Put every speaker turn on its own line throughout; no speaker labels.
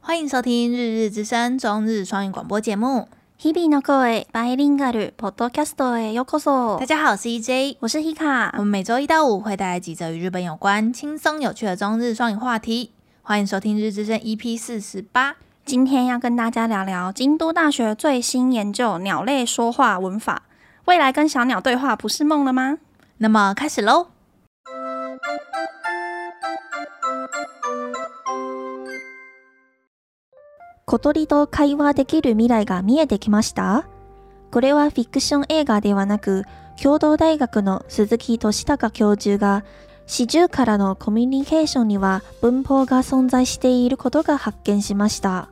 欢迎收听《日日之声》中日双语广播节目。
日々の声バイリンガルポッドキャストへようこそ
大。家好，我是 EJ，
我是
我
Hika，
们每周一到五会带来几则与日本有关、轻松有趣的中日双语话题。欢迎收听《日之声》EP 四十八。
今天要跟大家聊聊京都大学最新研究鸟类说话文法，未来跟小鸟对话不是梦了吗？
那么开始喽。
小鳥と会話できる未来が見えてきましたこれはフィクション映画ではなく、共同大学の鈴木俊孝教授が、四十からのコミュニケーションには文法が存在していることが発見しました。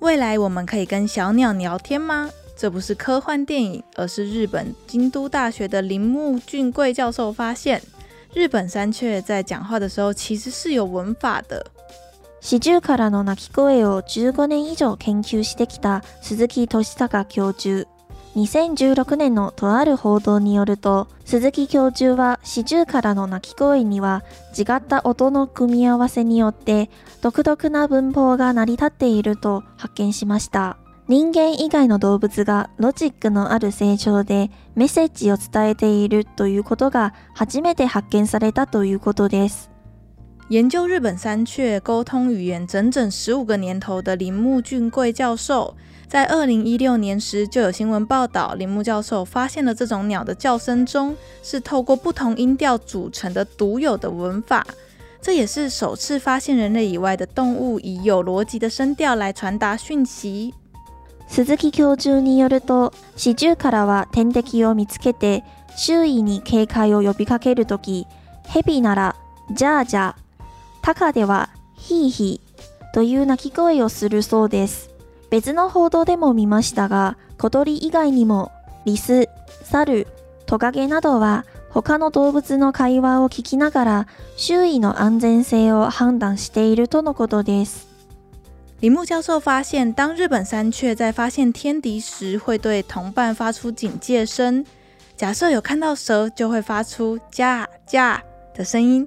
未来我们可以跟小鸟聊天吗？这不是科幻电影，而是日本京都大学的铃木俊贵教授发现，日本山雀在讲话的时候其实是有文法的。
四十からの鳴き声を15年以上研究してきた鈴木俊孝教授。2016年のとある報道によると、鈴木教授は四十からの鳴き声には違った音の組み合わせによって独特な文法が成り立っていると発見しました。人間以外の動物がロジックのある成長でメッセージを伝えているということが初めて発見されたということです。
研究日本山雀沟通语言整整十五个年头的铃木俊贵教授，在二零一六年时就有新闻报道，铃木教授发现了这种鸟的叫声中是透过不同音调组成的独有的文法，这也是首次发现人类以外的动物以有逻辑的声调来传达讯息。
鈴木教授によるとシジュウカラは天敵を見つけて周囲に警戒を呼びかけるときヘビならジャージャータカではヒーヒーという鳴き声をするそうです別の報道でも見ましたが小鳥以外にもリス、サル、トカゲなどは他の動物の会話を聞きながら周囲の安全性を判断しているとのことです
铃木教授发现，当日本山雀在发现天敌时，会对同伴发出警戒声。假设有看到蛇，就会发出“驾驾”的声音；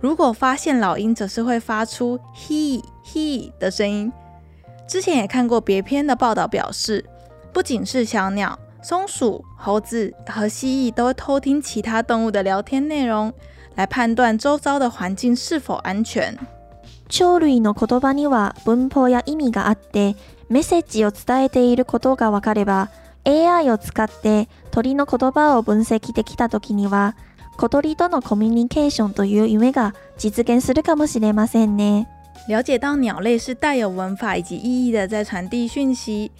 如果发现老鹰，则是会发出 “he he” 的声音。之前也看过别篇的报道表示，不仅是小鸟、松鼠、猴子和蜥蜴都会偷听其他动物的聊天内容，来判断周遭的环境是否安全。
鳥類の言葉には文法や意味があってメッセージを伝えていることが分かれば AI を使って鳥の言葉を分析できた時には小鳥とのコミュニケーションという夢が実現するかもしれませんね
了解到鸟类是带有文法以及意义的，在传递讯息，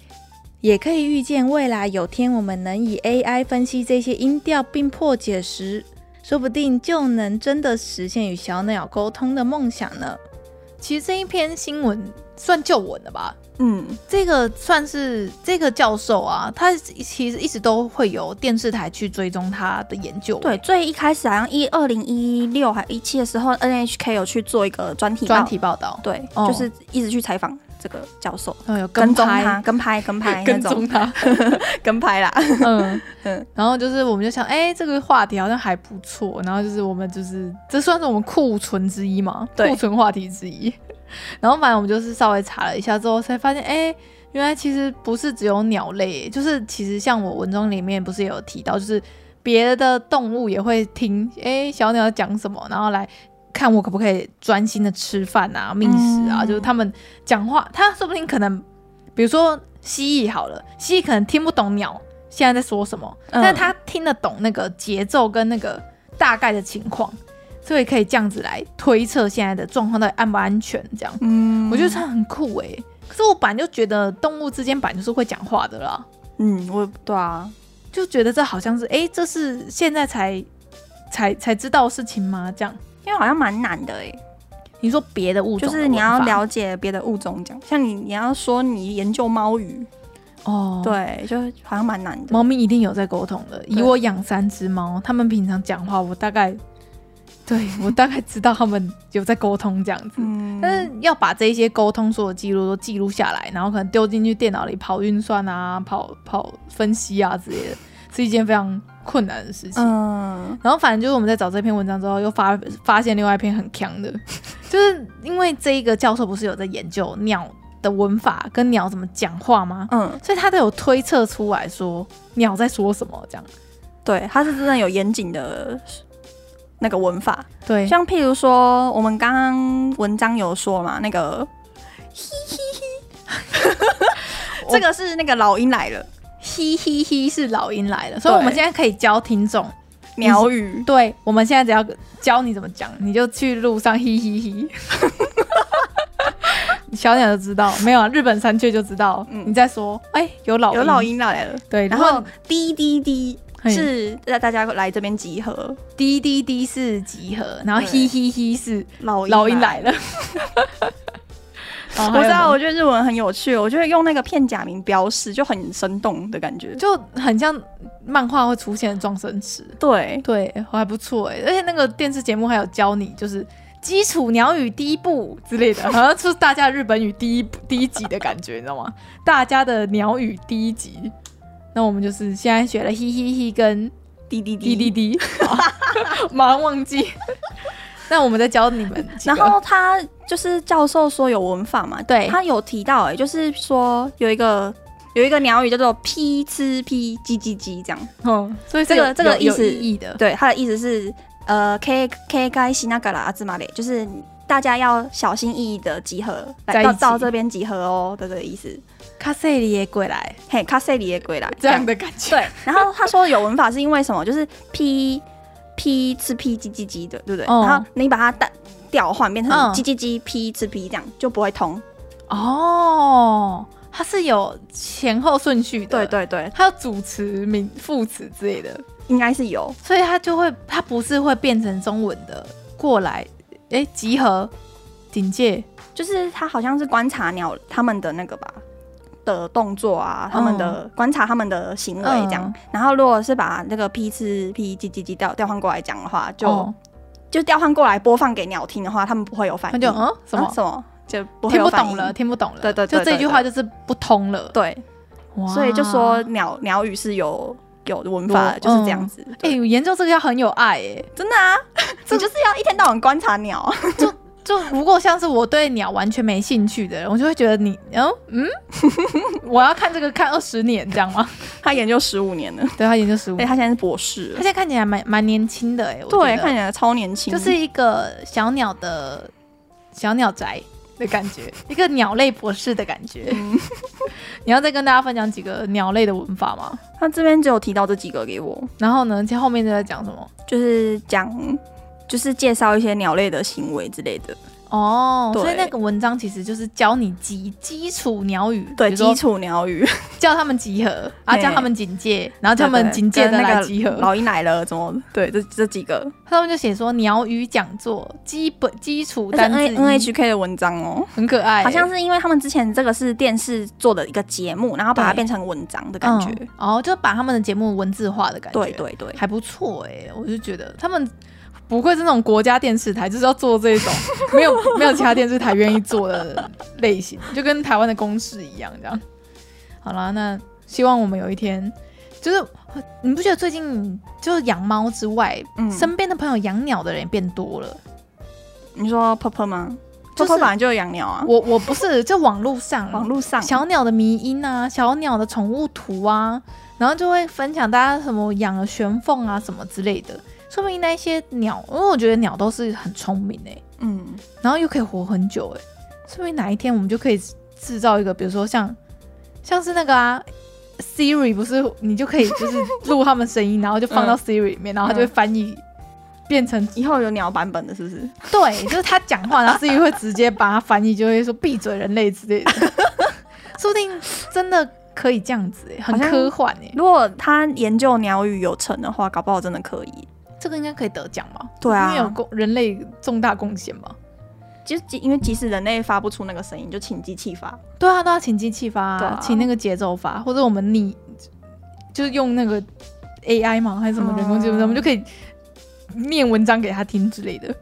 也可以预见未来有天我们能以 AI 分析这些音调并破解时，说不定就能真的实现与小鸟沟通的梦想呢。其实这一篇新闻算旧闻了吧？
うん
这个算是这个教授啊，他其实一直都会有电视台去追踪他的研究
对，最一开始好像一二零一六还一七的时候，NHK 有去做一个专题报
专题，报道，
对，
哦
就是一直去采访这个教授，
对，有
跟
跟
踪
拍
他，跟拍，跟拍那
跟
种
踪，他。
跟拍啦。
嗯
嗯，
然后就是我们就想，哎、这个话题好像还不错，然后就是我们就是这算是我们库存之一嘛，
对
库存话题之一。 然后反正我们就是稍微查了一下之后，才发现，哎、原来其实不是只有鸟类，就是其实像我文章里面不是也有提到，就是别的动物也会听，哎、小鸟讲什么，然后来。看我可不可以专心的吃饭啊、觅食啊，
嗯
就是他们讲话，他说不定可能比如说蜥蜴好了，蜥蜴可能听不懂鸟现在在说什么，
嗯
但它听得懂那个节奏跟那个大概的情况，所以可以这样子来推测现在的状况到底安不安全。这样，
嗯
我觉得它很酷诶、可是我本来就觉得动物之间本来就是会讲话的啦，
嗯，我也对啊，
就觉得这好像是诶，这是现在才才才知道的事情吗？这样，
因为好像蛮难的诶，
你说别的物种
就
的
是你要
文法
了解别的物种，讲像你你要说你研究猫语，
哦，。
对，就好像蛮难的。
猫咪一定有在沟通的。以
对
我养三只猫，它们平常讲话，我大概对我大概知道它们有在沟通这样子。
嗯，
但是要把这些沟通所有记录都记录下来，然后可能丢进去电脑里跑运算啊、跑跑分析啊之类的，是一件非常困难的事情。
嗯，
然后反正就是我们在找这篇文章之后，又发 发现另外一篇很强的，就是因为这一个教授不是有在研究鸟的文法跟鸟怎么讲话吗？
嗯，
所以他都有推测出来说鸟在说什么这样。
对，它是真的有严谨的那个文法，
对，
像譬如说我们刚刚文章有说嘛，那个嘿嘿嘿， 这个是那个老鹰来了，
嘿嘿嘿是老鹰来了，所以我们现在可以教听众，
鸟语，
对我们现在只要教你怎么讲，你就去路上嘿嘿嘿， 小鸟就知道没有啊，日本山雀就知道，
嗯
你在说哎、有老
有老
鹰，
鹰来了，
对，然
然
后
后滴滴滴
嘿
是大大家来这边集合，
滴滴滴是集合，然后嘿
对
嘿嘿是
老
老鹰来
了。
了。 哦还
我
有
知
呢
道，我觉得日文很有趣，哦我觉得用那个片假名标示就很生动的感觉。
就很像漫画会出现的撞声词。
对，
对，还不错哎，而且那个电视节目还有教你，就是基础鸟语第一步之类的， 好像就是大家日本语第一步第一集的感觉，你知道吗？大家的鸟语第一集。那我们就是现在学了嘿嘿嘿跟
滴滴滴
滴滴滴，好马上忘记。 那我们再教你们几
然
个，
后他就是教授说有文法嘛，
对
他有提到哎、就是说有一个有一个鸟语叫做“噼呲噼叽叽叽”这样，
嗯，所以
这个
有
这个
有有
意思
意义的，
对，他的意思是呃，k k 该西那个啦阿兹玛嘞，就是大家要小心翼翼的集合，
在
来
一
到
起
到这边集合哦的这个意思。
卡塞里也过来
嘿，卡塞里也归来
这样的感觉。
对，然后他说有文法是因为什么？就是 p p 吃 p 叽叽叽的，对不对？
哦
然后你把它带调换变成
嗯
叽叽叽 p 吃 p 这样就不会通。
哦，它是有前后顺序的，
对，对对，
它有主词、名、副词之类的，
应该是有。
所以它就会，它不是会变成中文的过来，哎，集合、警戒，
就是他好像是观察鸟他们的那个吧的动作啊，他们的、观察他们的行为这样。
嗯
然后如果是把那个 p 吃 p 叽叽叽调调换过来讲的话，就、
哦
就调换过来播放给鸟听的话，他们不会有反
它
应。
就嗯什
啊
么
什么就不会
听
有
不
反
懂
应
了，。听不懂了，
对对对
就这句
对
话就是不通了，
对，
哇
所以就说鸟鸟语是有有文法的，
有
就是这样子。
哎、
对，
研究这个要很有爱哎、
真的啊， 你就是要一天到晚观察鸟啊。
就如果像是我对鸟完全没兴趣的人，我就会觉得你，嗯嗯， 我要看这个看二十年这样 吗？
他研究十五年了，
对他研究十五
哎，，他现在是博士
他
了
现，在看起来蛮蛮年轻的哎、我觉
对，
得
看起来超年轻，
就是一个小鸟的小鸟宅的感 觉，一个鸟类博士的感觉。
嗯
你要再跟大家分享几个鸟类的文法吗？
他这边只有提到这几个给我，
然后呢，其实后面就在讲什么？
就是讲就是介绍一些鸟类的行为之类的，
哦，
对
所以那个文章其实就是教你基基础鸟语，
对，
比如说
基础鸟 语，
叫他们集合啊，
嘿
叫他们警戒，然后叫他们警戒的
跟那
来
个
集合。
老鹰来了，怎么对，这这几个
他们就写说鸟语讲座基本基础
但
单
是
字
N H K 的文章哦。
很可爱欸，
好像是因为他们之前这个是电视做的一个节目，然后把它
对
变成文章的感觉。
嗯哦，就把他们的节目文字化的感觉。
对对对，
还不错哎、我就觉得他们不愧是那种国家电视台，就是要做这 种没有没有其他电视台愿意做的类型，就跟台湾的公式一样这样。好啦，那希望我们有一天，就是你不觉得最近就是养猫之外，
嗯
身边的朋友养鸟的人也变多了。
你说婆婆吗？
就
婆
是
婆本来就有养鸟啊，
我我不是，就网络上
网络上
小鸟的迷音啊，小鸟的宠物图啊，然后就会分享大家什么养了玄凤啊什么之类的，说明那一些鸟，因为我觉得鸟都是很聪明哎、
嗯，
然后又可以活很久哎、说明哪一天我们就可以制造一个，比如说像像是那个啊。Siri 不是你就可以就是录他们声音，然后就放到 Siri 里面，然后它就会翻译、变成
以后有鸟版本的，是不是？
对，就是他讲话，然后自己会直接把它翻译，就会说“闭嘴，人类”之类 的。说不定真的可以这样子、欸，很
好像
科幻哎、
如果他研究鸟语有成的话，搞不好真的可以。
这个应该可以得奖吧？
对啊
因为有贡人类重大贡献吧？
就即因为即使人类发不出那个声音，就请机器发。
对啊，都要请机器发、
对啊
请那个节奏发，或者我们拟，就是用那个 AI 嘛，还是什么人工智能，
嗯
我们就可以念文章给他听之类的。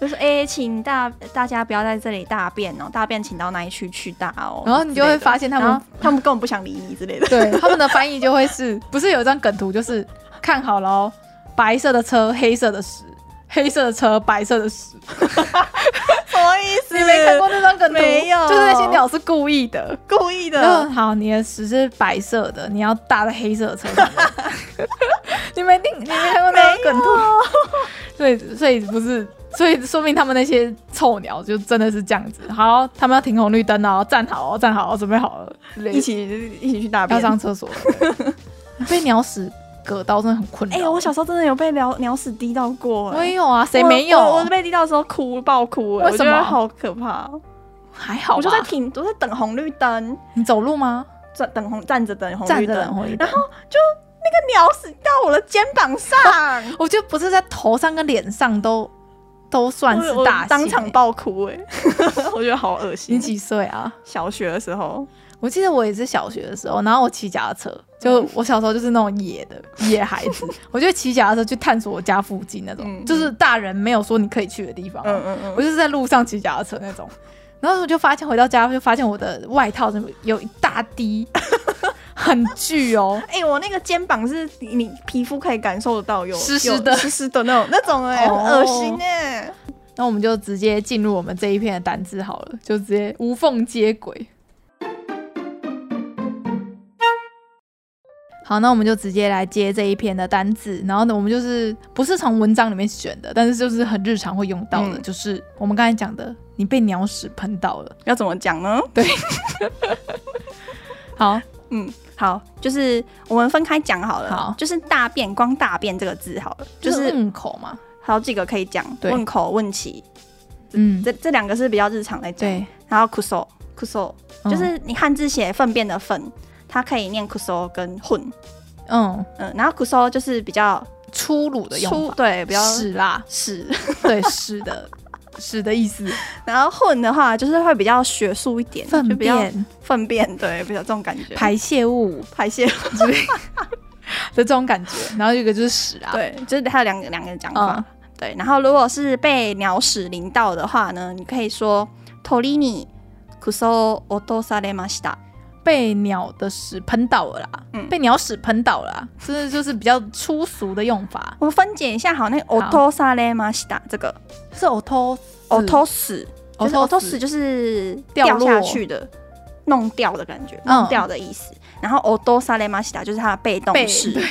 就是哎、欸请大大家不要在这里大便哦，大便请到那一区去大哦。
然后你就会发现他们
然后他们根本不想理你之类的。
对，他们的翻译就会是， 不是有一张梗图，就是看好了哦，白色的车，黑色的屎，黑色的车，白色的屎。
什么意 思？
你没看过那张梗图？
没有啊
就是那些鸟
角是故意的，哦
故意的。
嗯，好，你的屎是白色的，你要搭在黑色的车上面。 你没听，你没看过那个梗图？所以，所以不是，所以说明他们那些臭鸟就真的是这样子。好，他们要停红绿灯哦，站好哦，站好哦，准备好了，
一起一起去大便
要。上厕所了。啊 被鸟屎割到真的很困扰。
哎、我小时候真的有被鸟鸟屎滴到过、哎
我也有啊，谁没有？
我我我被滴到的时候哭爆哭、哎
为什么
我觉得好可怕。
还好吧，
我就在停，我在等红绿灯，
你走路吗？
站等红站着等红
站
绿
着
灯
等，红绿灯
然。后就那个鸟屎到我的肩膀 上，
我就不是在头上跟脸上都都算是
我我
大
当
幸
场
欸。
爆哭哎、 我觉得好恶
你
心。
几哦岁啊？
小学的时候，
我记得我也是小学的时候，然后我骑脚踏车，就
嗯
我小时候就是那种野的 野孩子，我就骑脚踏车去探索我家附近那种，
嗯
就是大人没有说你可以去的地方啊、
嗯嗯嗯，
我就是在路上骑脚踏车那种。然后我就发现回到家，就发现我的外套怎么有一大滴， 很巨哦，
哎、我那个肩膀是你你皮肤可以感受得到有
湿湿的
有湿湿的那种那种哎、
哦
很恶心哎、
那我们就直接进入我们这一篇的单字好了，就直接无缝接轨。好，那我们就直接来接这一篇的单字，然后呢，我们就是不是从文章里面选的，但是就是很日常会用到的，
嗯
就是我们刚才讲的，你被鸟屎喷到了。
要怎么讲呢？
好，
嗯，好，就是我们分开讲好了。
好
就是大便，光大便这个字好了，
就
就是是
嗯口嘛，
好几个可以讲，
对
问口、问起，
嗯，
这这两个是比较日常来讲。
对，
然后 kuso kuso 就
嗯
是你汉字写粪便的粪，它可以念 kuso 跟混，
嗯
嗯，然后 kuso 就是比较
粗鲁的用
粗，
法，
对，比较
屎啦，
屎，
对屎的屎的意思，
然后混的话就是会比较学术一点，
粪
就比较
便、
粪便，对，比较这种感觉，
排泄物，
排泄，
的这种感觉。然后一个就是屎啊，
对，就是它有两个两个讲法。
嗯
对，然后如果是被鸟屎淋到的话呢，你可以说“鳥にクソ落とされました
被鸟的屎喷到了啦，
嗯
被鸟屎喷到了啦，这就是比较粗俗的用”。法。
我分解一下，好，那“落とされました”这个
是呕吐
“落と死”就
“otto
是“落と死”就是
掉
掉下
落
去的、弄掉的感觉，
嗯
弄掉的意思。然后“落とされました”就是它的被动
被
式
对，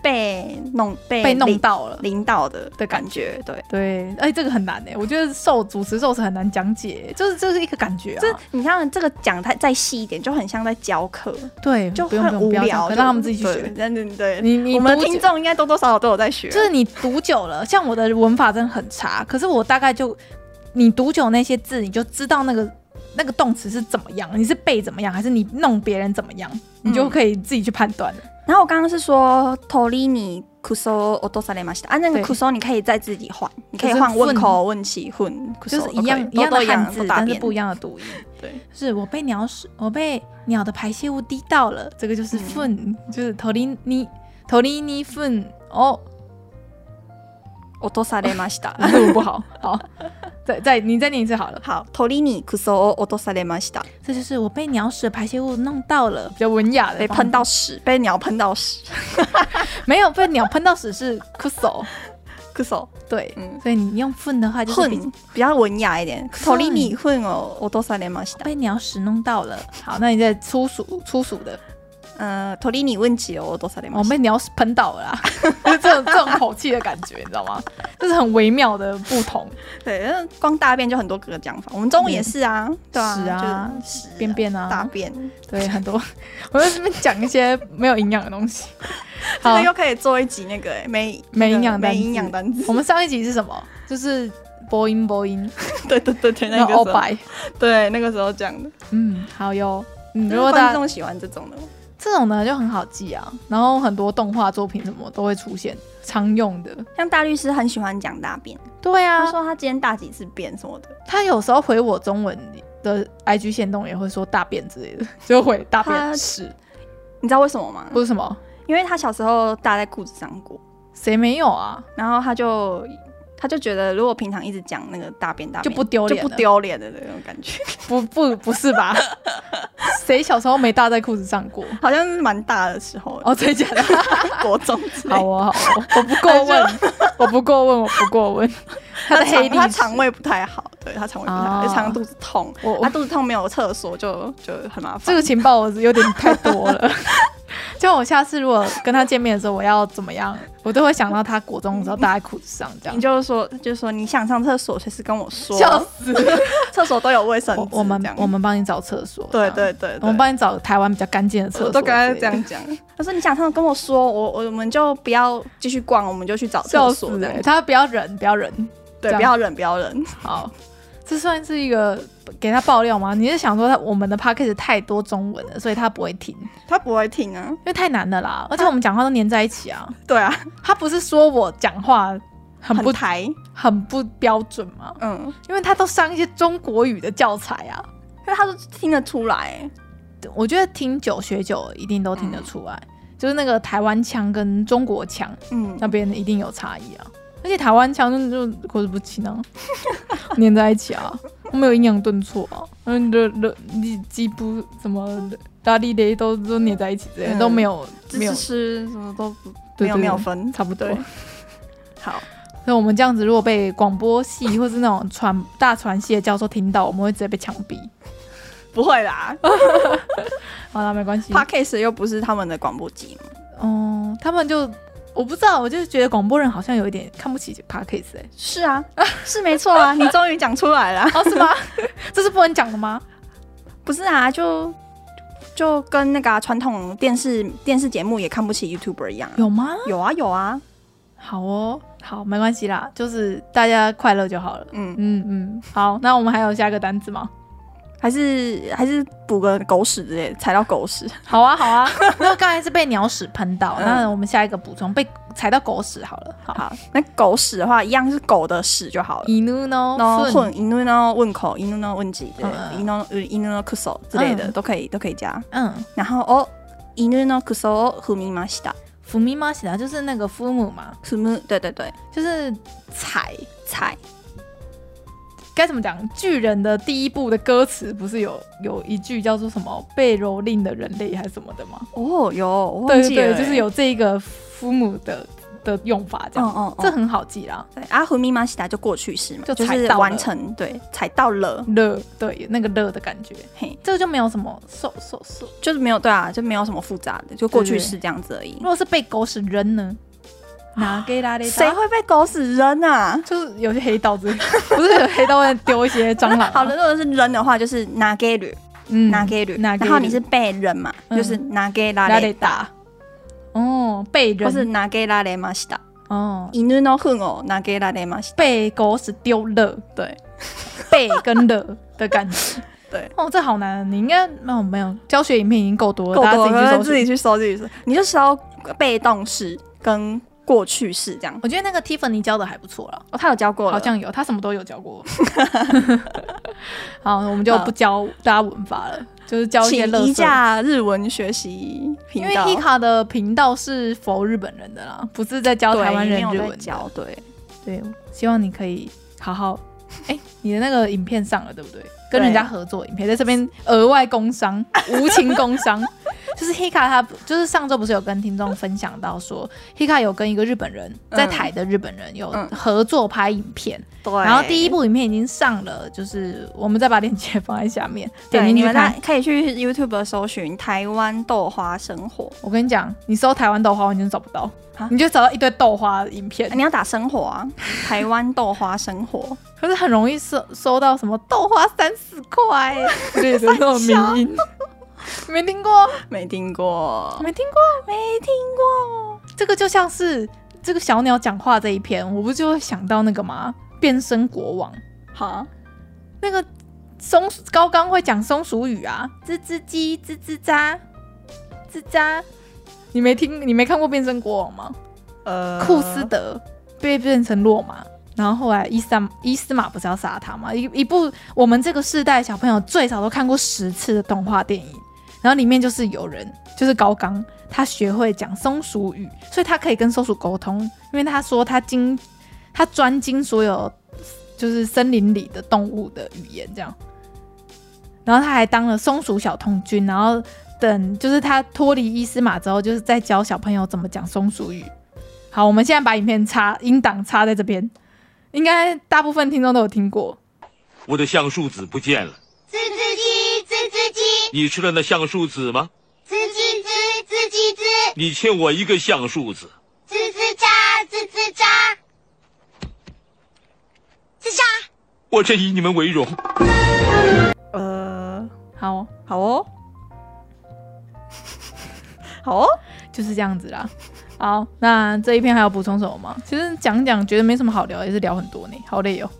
被弄被
被弄
淋
到了。
淋到的
的感
感觉，对。
对，哎、这个很难哎、我觉得受主持受是很难讲解，就是这、是一个感觉啊。
这你看这个讲太再细一点，就很像在教课，
对，
就
不用不
很
用
无
不要讲
聊，
让
就
他们自己去
对
学。
真的对，
你你
我们
读
的
久
听众应该多多少少都有在学，啊
就是你读久了，像我的文法真的很差，可是我大概就你读久那些字，你就知道那个那个动词是怎么样，你是背怎么样，还是你弄别人怎么样，你就
嗯
可以自己去判断了。
然后我刚刚是说 “torini kuso odosalemashita” 啊，那个
对
kuso 你可以再自己换，你可以
就是
换问
混
口、问起、混，
就是一样一样的汉字，但是不一
样。
样的读音。
对，
是我被鸟屎，我被鸟的排泄物滴到了，这个就是
嗯
粪，就是头里尼头里尼粪哦，
odosalemashita，
录不好，好，再再你再念一次好了，
啊好，“torini kuso odosalemashita”，
这就是我被鸟屎排泄物弄到了，比较文雅的，
被喷到屎，被鸟喷到屎
没有被鸟喷到屎是 kuso，
，kuso
对，
嗯
所以你用粪的话就是
混
比
比较文雅一点，“torini 混哦 odosalemashita”。
被鸟屎弄到了，好，那你再粗俗粗俗的，
呃，托利尼问起哦，多少点
我被鸟屎喷到了啦， 就是这种这种口气的感觉，你知道吗？就是很微妙的不同，
对，那光大便就很多个讲法，我们中午也是啊，对啊，
屎啊
就是屎、
便、便
大
啊，
便，
对，很多。 我在这边讲一些没有营养的东 西。
这
好
个，又可以做一集那个、欸、没
没营养单
没
字
营养单字，
我们上一集是什么？就是播音播音，
对对对对，那
然
个
后
时
欧
候，
白，
对那个时候讲的，
嗯，好哟。嗯，如
如果
果大
观
家
众喜欢这种的，
这种呢就很好记啊，然后很多动画作品什么都会出现常用的。
像大律师很喜欢讲大便，
对啊
他，说他今天大几次便什么的，
他有时候回我中文的 IG 线动也会说大便之类的，就会大
他
便屎，
你知道为什么吗
不？是什么
因为他小时候大在裤子上过，
谁没有啊？
然后他就。他就觉得，如果平常一直讲那个大便大便
就不丢脸
就不
了
丢脸的那种感觉，
不不不是 吧？谁小时候没大在裤子上过？
好像是蛮大的时候，
哦，真的假 的？
国中之类的
好哦， 好哦，我不过问，我不过问，我不过问。他
他
的
的
黑
黑
历
他
史
肠胃不太好，对他肠胃不太好，
哦
就常常肚子痛。
我
他、
我、
啊、肚子痛没有厕所就就很麻烦。
这个情报我有点太多 了。就我下次如果跟他见面的时候，我要怎么样，我都会想到他国中的时候搭在裤子上这样
你。就是说，就是说你想上厕所，随时跟我说。
笑死！
厕所都有卫生
我
纸
我们
这样
我们帮你找厕所。
对
这样
对对，对
我们帮你找台湾比较干净的厕所。
我都跟他这。样讲。他说你想上厕所跟我说，我我我们就不要继续逛，我们就去找
笑
厕
死
所这
欸
样。
他不要忍，不要忍。这
对，
样
不要忍，不要忍。
好，这算是一个给他爆料吗？你是想说他我们的 p a c k a g e 太多中文了，所以他不会听，因
他不会听啊。
为太难了啦。而且我们讲话都粘在一起啊。
对啊，
他不是说我讲话很不
很台。
很不标准吗？
嗯，
因为他都上一些中国语的教材啊。
因为他说听得出来。
我觉得听久学久一定都听得出来，就是那个台湾腔跟中国腔
嗯
那，边一定有差异啊。而且台湾腔就就口齿不清啊， 粘在一起啊，没有抑扬顿挫啊，嗯，的的你几不怎么拉力雷都都粘在一起，这些、
嗯
都没有
只
没有
是吃什么都不
对
没有
对
没有分。
差不多
对。好，
所以我们这样子，如果被广播系或是那种传大传系的教授听到，我们会直接被枪毙。
不会啦
好啦，没关系。
，Podcast 又不是他们的广播节目。
哦、他们就我不知道，我就觉得广播人好像有一点看不起 Parkes 哎、
是啊，是没错啊，你终于讲出来了。
哦是吗？ 这是不能讲的吗？
不是啊，就就跟那个啊、传统电视电视节目也看不起 YouTuber 一样啊、
有吗？
有啊有啊，
好哦，好，没关系啦，就是大家快乐就好了。
嗯，
嗯嗯，好，那我们还有下一个单字吗？
还是还是补个狗屎之类的，踩到狗屎。
好啊，好啊。 那刚才是被鸟屎喷到，
嗯
那我们下一个补充被踩到狗屎好了。好，
好，那狗屎的话，一样是狗的屎就好了。
inu no
然后
fun
嗯哦混 inu 呢问口 inu 呢问几之类的呃
嗯
inu inu 呢 kuso 之类的
嗯
都可以都可以加。
嗯，
然后哦 inu 呢 kuso を踏哦みました。
福咪妈洗的，就是那个父母嘛，
踏む对对对，
就是踩
踩
该怎么讲？巨人的第一部的歌词不是有有一句叫做什么“被蹂躏的人类”还是什么的吗？
哦有我忘
对
记
对
了欸、
对，就是有这一个父母的的用法，这
嗯
样、
嗯嗯
这很好记啦。
对啊，呼咪玛西达就过去式嘛，
就
就
踩
是
到了
完成，对，踩到了，
乐对那个乐的感觉，
嘿，
这个就没有什么受受受。
就是没有对啊，就没有什么复杂的，就过去式这样子而已
如。果是被狗屎扔呢？拿给拉雷达
谁会被狗屎扔 啊？
就是有些黑道之类， 不是有黑道会丢一些蟑螂啊吗？
好的，如果是扔的话，就是拿给吕，
嗯，
拿给吕，
拿给
然后你是被扔嘛，
嗯
就是拿给拉
拉雷
雷达，
达。哦，被
或是
人
拿给拉雷玛西达，
哦，
犬の糞を拿给拉雷玛西达。
被狗屎丢乐，
对，
背跟乐的感觉。
对，
哦，这好难，你应该没有没有教学影片已经够多了，
够
大
多
家
了，
自
自
己
己
去搜寻。
去搜自己去搜，你就搜被动式跟过去式这样。
我觉得那个 Tiffany 教的还不错 了，
哦，他有教过了，
好像有，他什么都有教过。 好，我们就不教大家文法了，就是教一些
请
乐
移
色。
架日文学习频
因
道，
为 Hika 的频道是否日本人的啦，不是在教
对
台湾人
没
日
有
文
在
的。
教，对，
对，希望你可以好 好。哎、你的那个影片上了对不对？跟
对
人家合作影片，在这边额外工 商，无情工商。就是 Hika 他就是上周不是有跟听众分享到说，Hika 有跟一个日本人在台的日本人有
嗯
合作拍影片，
对。
然后第一，部影片已经上了，就是我们再把链接放在下面，点
对，
进
你
去
们
看
在。可以去 YouTube 搜寻台湾豆花生活，
我跟你讲，你搜台湾豆花完全找不到
啊，
你就找到一堆豆花影片，
哎你要打生活 啊，台湾豆花生活，
可是很容易收收到什么豆花三四块之类的那种名音， 没听过，
没听过，
没听过。
没听过，
这个就像是这个小鸟讲话这一篇，我不就会想到那个吗？变身国王
好，
那个松鼠高刚会讲松鼠语啊，吱吱叽，吱吱喳，吱喳。你没听，你没看过《变身国王》吗？
呃，
库斯德被变成落马，然后后来伊斯玛伊斯玛不是要杀他吗？一一部我们这个世代小朋友最少都看过十次的动画电影，然后里面就是有人就是高刚，他学会讲松鼠语，所以他可以跟松鼠沟通，因为他说他精他专精所有就是森林里的动物的语言这样。然后他还当了松鼠小童军，然后等就是他脱离伊斯玛之后，就是在教小朋友怎么讲松鼠语。好，我们现在把影片插音档插在这边，应该大部分听众都有听过。
我的橡树籽不见了。
吱吱叽，吱吱叽，
你吃了那橡树籽吗？
吱叽吱，吱叽吱，
你欠我一个橡树籽。
吱吱喳，吱吱喳，吱喳。
我真以你们为荣。
呃，好，
好哦， 好哦，
就是这样子啦。好，那这一篇还要补充什么吗？其实讲讲觉得没什么好聊，也是聊很多呢，好累哦。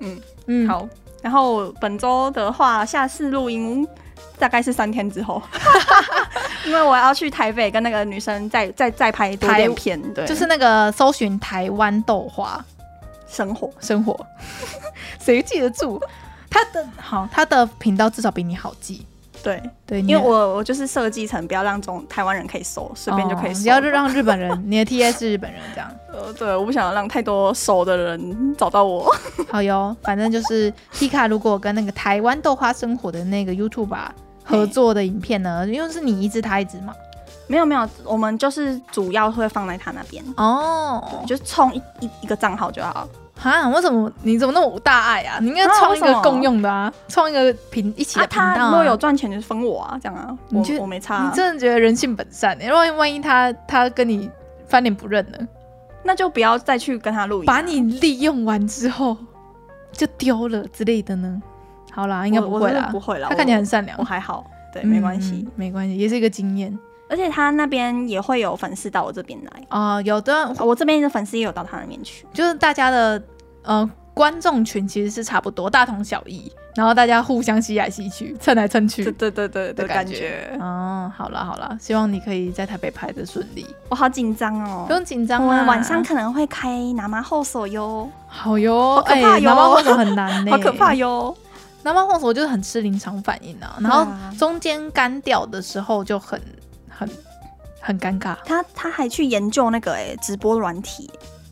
嗯
嗯，
好。然后本周的话，下次录音大概是三天之 后，因为我要去台北跟那个女生再再再拍多
台
点片，对，
就是那个搜寻台湾豆花
生活。
生活， 谁记得住？他的好，他的频道至少比你好记。
对，
对，你
因为我我就是设计成不要让中台湾人可以搜，随便就可以
哦
搜。
只要让日本人，你的 T S 是日本人这样。
呃，对，我不想让太多熟的人找到我。
好哟，反正就是 Hika 如果跟那个台湾豆花生活的那个 YouTube 啊合作的影片呢，因为是你一只他一只嘛。
没有没有，我们就是主要会放在他那边，
哦
就充一一一个账号就好。
哈，为什么你怎么那么大爱啊？你应该
啊
创
为
一
什
个
么
共用的啊，创一个频一起的
啊，
频道、
他如果有。赚钱就分我啊，这样啊，
你
我
就
我没差、
你
啊，
真的觉得人性本善、欸？万一万一他他跟你翻脸不认呢？
那就不要再去跟他录音啊、
把你利用完之后就丢了之类的呢？好啦，应该
我
不会
我真
啦
的，不会啦，
他看起来
我
很善良
我，还好，对，没关系。
嗯没关系，也是一个经验
而且他那边也会有粉丝到我这边来，
啊、有的
我这边的粉丝也有到他那边去。
就是大家的呃观众群其实是差不多，大同小异，然后大家互相吸来吸去，蹭来蹭去
嗯对。对对对
的
的
感
感
觉
觉，
哦，好啦好啦，希望你可以在台北拍的顺利，
我好紧张哦
不。用紧
我
张啦。
们晚上可能会开拿妈后手哟，
好哟，
好可怕
哎
哟
拿猫后手很难呢、
好可怕！哟！
拿猫后手就是很吃临场反应啊，然后
对啊
中间干掉的时候就很很很尴尬。
他他还去研究那个哎、直播软体，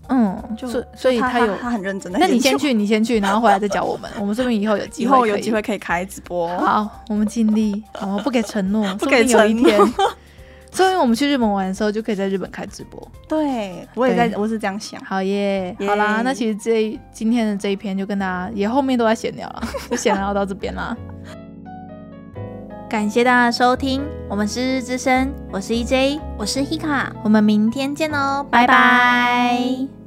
嗯，
就
所以所以
他
他有，
他很认真的。
那你先，去，你先去，然后回来再教我们。我们说不定以后有机
以
会可
后
以，
有机会可以啊开直播。
好，我们尽力，好吗？不给承 诺，
不给
说定有一
承诺
天， 说明我们去日本玩的时候就可以在日本开直播。
对，我也在
对，
我是这样想。
好耶，
耶
好啦，那其实这一今天的这一篇就跟大家也后面都在闲聊了，就闲聊到这边啦。
感谢大家的收听，我们是日日之声，我是 EJ，
我是 Hika，
我们明天见哦，拜拜